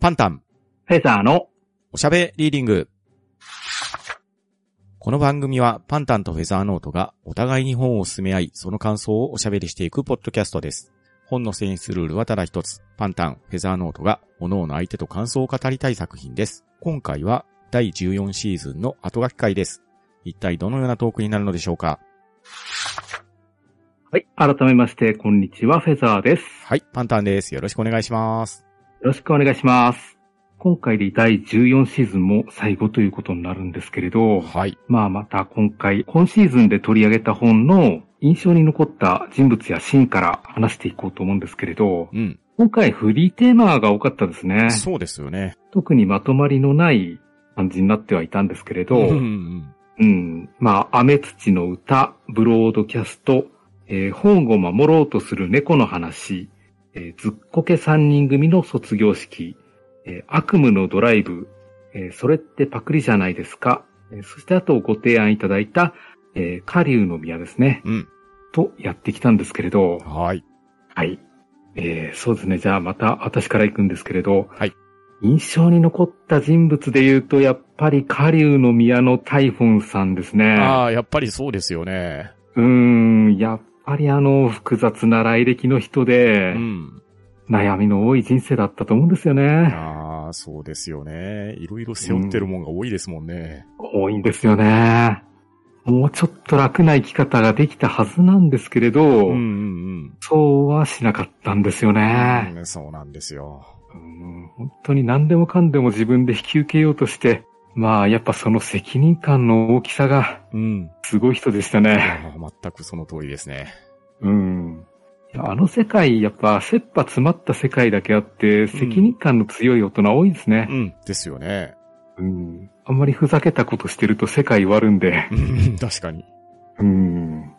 パンタン、フェザーの、おしゃべリーディング。この番組はパンタンとフェザーノートがお互いに本を進め合い、その感想をおしゃべりしていくポッドキャストです。本の選出ルールはただ一つ、パンタン、フェザーノートが各々相手と感想を語りたい作品です。今回は第14シーズンの後書き会です。一体どのようなトークになるのでしょうかはい、改めまして、こんにちは、フェザーです。はい、パンタンです。よろしくお願いします。よろしくお願いします。今回で第14シーズンも最後ということになるんですけれど、はい。まあまた今回、今シーズンで取り上げた本の印象に残った人物やシーンから話していこうと思うんですけれど、うん。今回フリーテーマが多かったですね。そうですよね。特にまとまりのない感じになってはいたんですけれど、んんうん。まあ、雨土の歌、ブロードキャスト、えー本を守ろうとする猫の話、えーずっこけ三人組の卒業式、えー悪夢のドライブ、えーそれってパクリじゃないですか。えーそしてあとご提案いただいた、えー、下流の宮ですね。うん。とやってきたんですけれどうん。、はい。はい。えーそうですね。じゃあまた私から行くんですけれど、はい。印象に残った人物で言うと、やっぱり下流の宮のタイフォンさんですね。ああ、やっぱりそうですよね。うーん、やっぱりあの、複雑な来歴の人でう、ん。悩みの多い人生だったと思うんですよね。ああ、そうですよね。いろいろ背負ってるもんが多いですもんね。多いんですよね。もうちょっと楽な生き方ができたはずなんですけれど、うんうんそうはしなかったんですようんね、うん。そうなんですよ。うん本当に何でもかんでも自分で引き受けようとして、まあやっぱその責任感の大きさがうん。すごい人でしたね。あー全くその通りですね。うん。いやあの世界、やっぱ、切羽詰まった世界だけあって、責任感の強い大人多いですうね。ん。ですよね。うん。あんまりふざけたことしてると世界終わるんで。うん確かに。うん。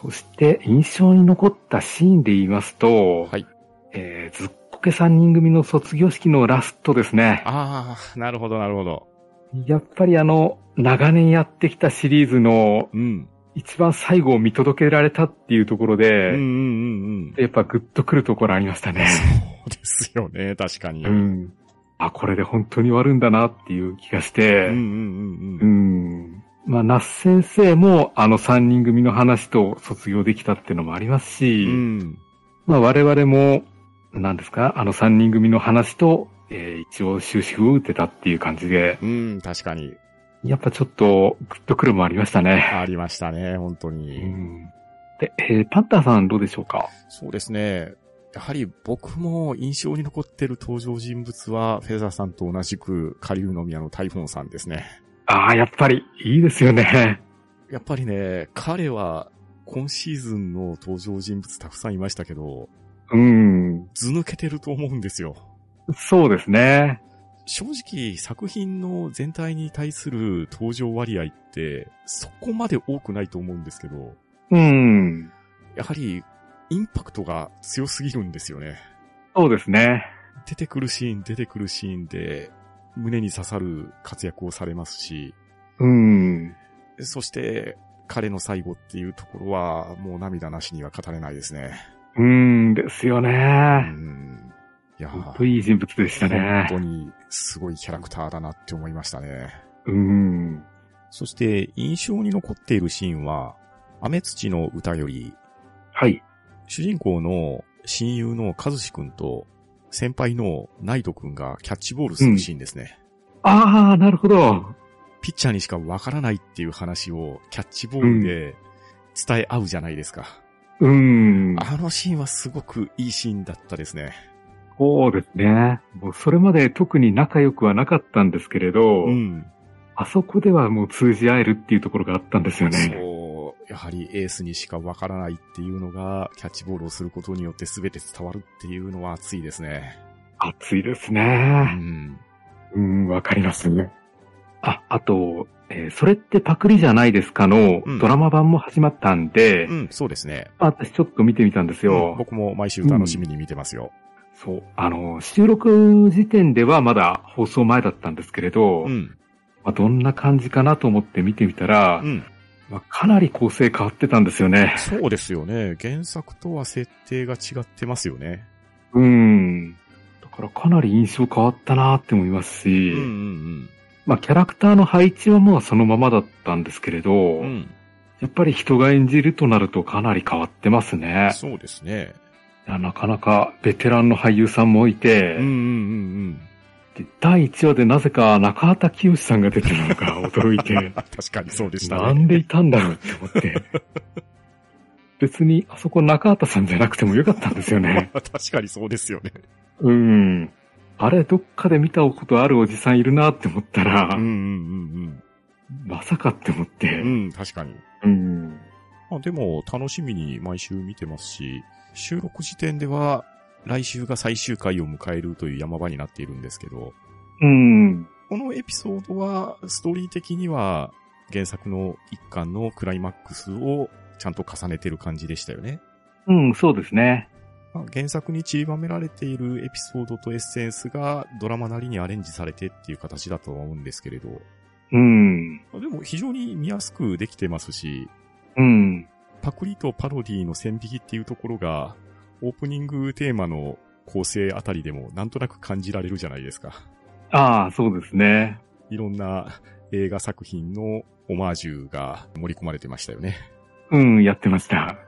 そして、印象に残ったシーンで言いますと、はい。えー、ずっこけ3人組の卒業式のラストですね。ああ、なるほどなるほど。やっぱりあの、長年やってきたシリーズのうん。一番最後を見届けられたっていうところうんうんで、うんうん。そやっぱグッとくるところありましたね。うですよね。確かに。ううんん。あ、これで本当に終わるんだなっていう気がしうんうんて、ううん。ん。まあ、那須先生もあの3人組の話と卒業できたっていうのもありますし、うん。まあ我々も、何ですか、あの3人組の話と、えー一応終止符を打てたっていう感じで、うん。確かに。やっぱちょっとグッとくるもありましたね。ありましたね。本当うに。ん。で、えーパンタさんどうでしょうかそうですね。やはり僕も印象に残ってる登場人物は、フェザーさんと同じく、下流の宮のタイフォンさんですね。ああ、やっぱりいいですよね。やっぱりね、彼は、今シーズンの登場人物たくさんいましたけど、うん。図抜けてると思うんですよ。そうですね。正直、作品の全体に対する登場割合って、そこまで多くないと思うんですけど、うん。やはり、インパクトが強すぎるんですよね。そうですね。出てくるシーン、出てくるシーンで、胸に刺さる活躍をされますし、うん。そして、彼の最後っていうところは、もう涙なしには語れないですね。うーん、ですようね。ん。いやー本当いい人物でしたね。本当にすごいキャラクターだなって思いましたね。うーん。そして、印象に残っているシーンは、雨土の歌より、はい。主人公の親友の和志くんと、先輩のナイトくんがキャッチボールするシーンですね。ああ、なるほど。ピッチャーにしかわからないっていう話をキャッチボールで伝え合うじゃないですか。うーん。あのシーンはすごくいいシーンだったですね。そうですね。もうそれまで特に仲良くはなかったんですけれど、うん。あそこではもう通じ合えるっていうところがあったんですよね。そう、やはりエースにしかわからないっていうのが、キャッチボールをすることによって全て伝わるっていうのは熱いですね。熱いですうね。ん。うーん、わかりますね。あ、あと、えーそれってパクリじゃないですかのうんドラマ版も始まったんで、うん、そうですね。まあ私ちょっと見てみたんですよ。僕も毎週楽しみに見てますよ。そう。あの、収録時点ではまだ放送前だったんですけれど、うん。まあ、どんな感じかなと思って見てみたら、うん。まあ、かなり構成変わってたんですよね。そうですよね。原作とは設定が違ってますよね。うん。だからかなり印象変わったなって思いますし、うんうんまあキャラクターの配置はまあそのままだったんですけれど、うん。うん。やっぱり人が演じるとなるとかなり変わってますね。そうですね。いやなかなかベテランの俳優さんもいて、うんうんうんで第1話でなぜか中畑清さんが出てるの が驚いうん、て。確かにそうでしたね。なんでいたんだろうって思って。別にあそこ中畑さんじゃなくてもよかったんですよね。まあ 確かにそうですよね。うん。あれ、どっかで見たことあるおじさんいるなって思ったうらん、うんまさかって思うっんうてん。う。ん、確かに。うん。まあでも、楽しみに毎週見てますし、収録時点では、来週が最終回を迎えるという山場になっているんですけど、うん。このエピソードは、ストーリー的には、原作の一巻のクライマックスをちゃんと重ねてる感じでしたよね。うん、そうですね。まあ原作に散りばめられているエピソードとエッセンスがドラマなりにアレンジされてっていう形だとは思うんですけれど、うん。まあでも非常に見やすくできてますし、うん。パクリとパロディの線引きっていうところが、オープニングテーマの構成あたりでもなんとなく感じられるじゃないですか。ああ、そうですね。いろんな映画作品のオマージュが盛り込まれてましたよね。 うん、やってました。ね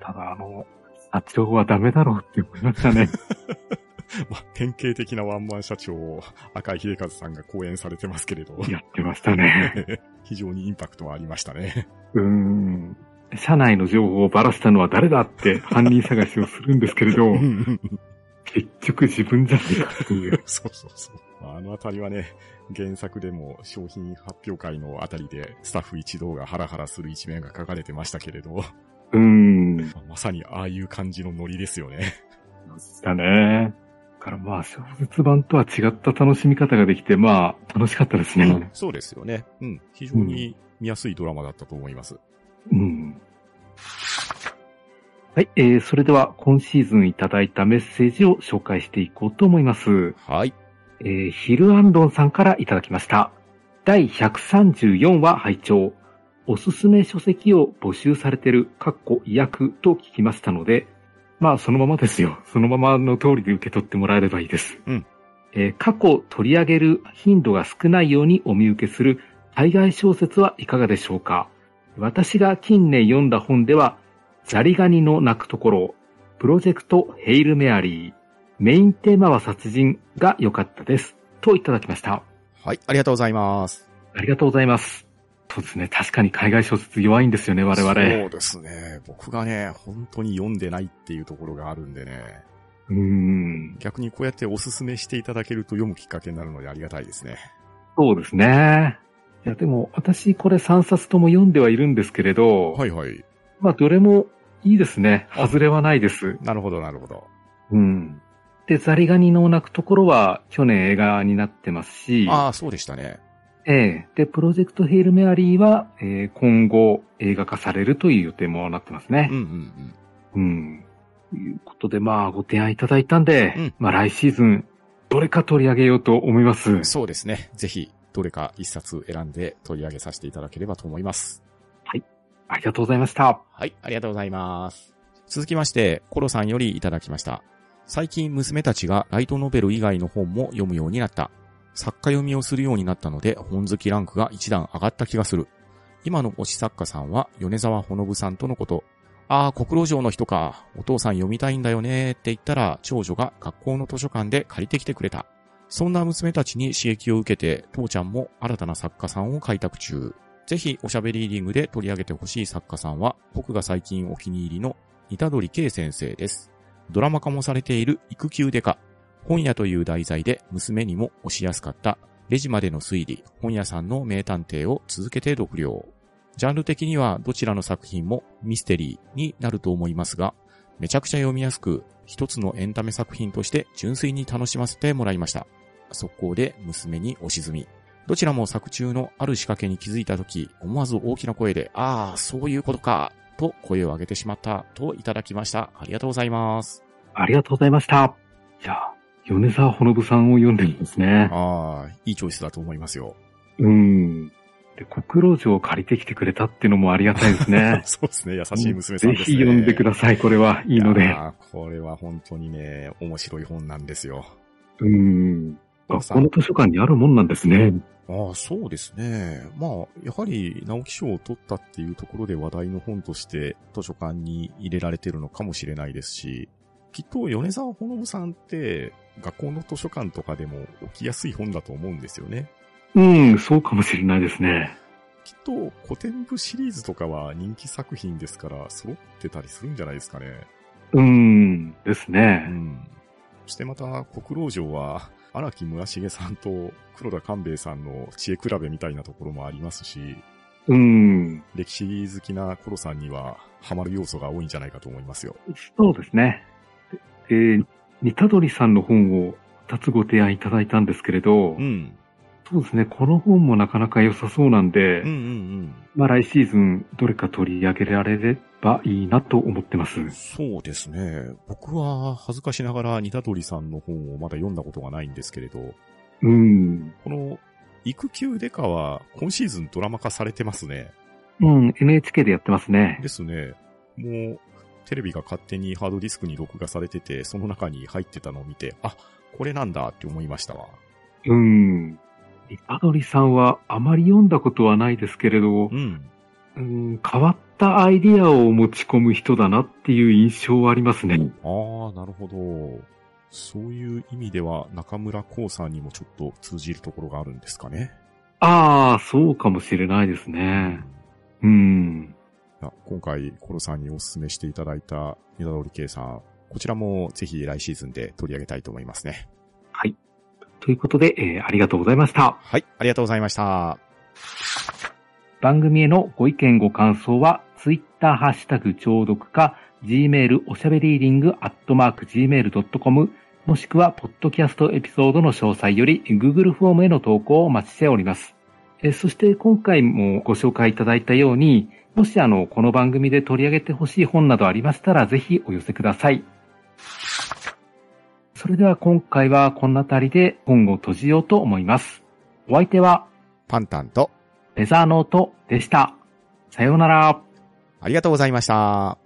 ただ、あの、社長はダメだろうって思いまし たね。まあ、典型的なワンマン社長を赤井秀和さんが講演されてますけ れど、やってましたね。非常にインパクトはありましたね。うん。社内の情報をばらしたのは誰だって犯人探しをするんですけれどう、ん結局自分じゃねえかっていう。そうそうそう。まああのあたりはね、原作でも商品発表会のあたりでスタッフ一同がハラハラする一面が書かれてましたけれど、まうん。あまさにああいう感じのノリですよね。だね。だからまあ、小説版とは違った楽しみ方ができて、まあ、楽しかったですね。そうですよね。うん。非常に見やすいドラマだったと思います。うん。はい、えー、それでは今シーズンいただいたメッセージを紹介していこうと思います。はい。えー、ヒルアンドンさんからいただきました。第134話拝聴おすすめ書籍を募集されてる、かっこ医薬と聞きましたので、まあそのままですよ。そのままの通りで受け取ってもらえればいいです。うんえー過去取り上げる頻度が少ないようにお見受けする海外小説はいかがでしょうか私が近年読んだ本では、ザリガニの鳴くところ、プロジェクトヘイルメアリー、メインテーマは殺人が良かったです。といただきました。はい。ありがとうございます。ありがとうございます。そうですね。確かに海外小説弱いんですよね、我々。そうですね。僕がね、本当に読んでないっていうところがあるんでね。うーん。逆にこうやっておすすめしていただけると読むきっかけになるのでありがたいですね。そうですね。いや、でも私これ3冊とも読んではいるんですけれど、はいはい。まあどれもいいですね。外れはないです。なるほどなるほど。うん。で、ザリガニの泣くところは去年映画になってますし、ああ、そうでしたね。ええで、プロジェクトヘイルメアリーは、えー今後映画化されるという予定もなってますねうん。うんうん。ということで、まあ、ご提案いただいたんで、うんまあ、来シーズン、どれか取り上げようと思いますうん。。そうですね。ぜひ、どれか一冊選んで取り上げさせていただければと思います。ありがとうございました。はい、ありがとうございます。続きまして、コロさんよりいただきました。最近娘たちがライトノベル以外の本も読むようになった。作家読みをするようになったので、本好きランクが一段上がった気がする。今の推し作家さんは、米沢ほのぶさんとのこと。ああ、国労城の人か。お父さん読みたいんだよねって言ったら、長女が学校の図書館で借りてきてくれた。そんな娘たちに刺激を受けて、父ちゃんも新たな作家さんを開拓中。ぜひおしゃべりリーディングで取り上げてほしい作家さんは、僕が最近お気に入りのイタドリ圭先生です。ドラマ化もされている育休デカ。本屋という題材で娘にも推しやすかった、レジまでの推理、本屋さんの名探偵を続けて読了。ジャンル的にはどちらの作品もミステリーになると思いますが、めちゃくちゃ読みやすく、一つのエンタメ作品として純粋に楽しませてもらいました。速攻で娘に推し済み。どちらも作中のある仕掛けに気づいたとき、思わず大きな声で、ああ、そういうことか、と声を上げてしまった、といただきました。ありがとうございます。ありがとうございました。いや、米沢ほのぶさんを読んでるんですね。ああ、いいチョイスだと思いますよ。うん。で、国老城を借りてきてくれたっていうのもありがたいですね。 そうですね、優しい娘さんですね。ぜひ読んでください。これはいいので。やーこれは本当にね、面白い本なんですよ。うん。学校の図書館にあるもんなんですね。ああ、そうですね。まあ、やはり、直木賞を取ったっていうところで話題の本として図書館に入れられてるのかもしれないですし、きっと米沢ほのぶさんって学校の図書館とかでも置きやすい本だと思うんですよね。うん、そうかもしれないですね。きっと古典部シリーズとかは人気作品ですから揃ってたりするんじゃないですかね。うん、ですうね。ん。そしてまた、国老城は、荒木村重さんと黒田官兵衛さんの知恵比べみたいなところもありますし、うん、歴史好きなコロさんにはハマる要素が多いんじゃないかと思いますよ。そうですね。で、えー、ニタドリさんの本を2つご提案いただいたんですけれど、ん。そうですね、この本もなかなか良さそうなんで、うんうんまあ来シーズンどれか取り上げられればいいなと思ってます。うん。そうですね。僕は恥ずかしながら、ニタドリさんの本をまだ読んだことがないんですけれど、うん。この、育休デカは今シーズンドラマ化されてますね。うん、NHK でやってますねで。すね。もう、テレビが勝手にハードディスクに録画されてて、その中に入ってたのを見て、あ、これなんだって思いましたわ。うん。リタドリさんはあまり読んだことはないですけれどう、ん。うん、変わったアイディアを持ち込む人だなっていう印象はありますね。あー、なるほど。そういう意味では中村光さんにもちょっと通じるところがあるんですかね。ああ、そうかもしれないですいね。うん。や今回、コロさんにお勧めしていただいた、ネタドリケイさん。こちらもぜひ来シーズンで取り上げたいと思いますね。ということで、えーありがとうございました。はい、ありがとうございました。番組へのご意見ご感想は、ツイッターハッシュタグ聴読か、gmail おしゃべりーリングアットマーク gmail.com、もしくは、ポッドキャストエピソードの詳細より、Google フォームへの投稿をお待ちしております。えそして、今回もご紹介いただいたように、もしあの、この番組で取り上げてほしい本などありましたら、ぜひお寄せください。それでは今回はこのあたりで本を閉じようと思います。お相手は、パンタンと、レザーノートでした。さようなら。ありがとうございました。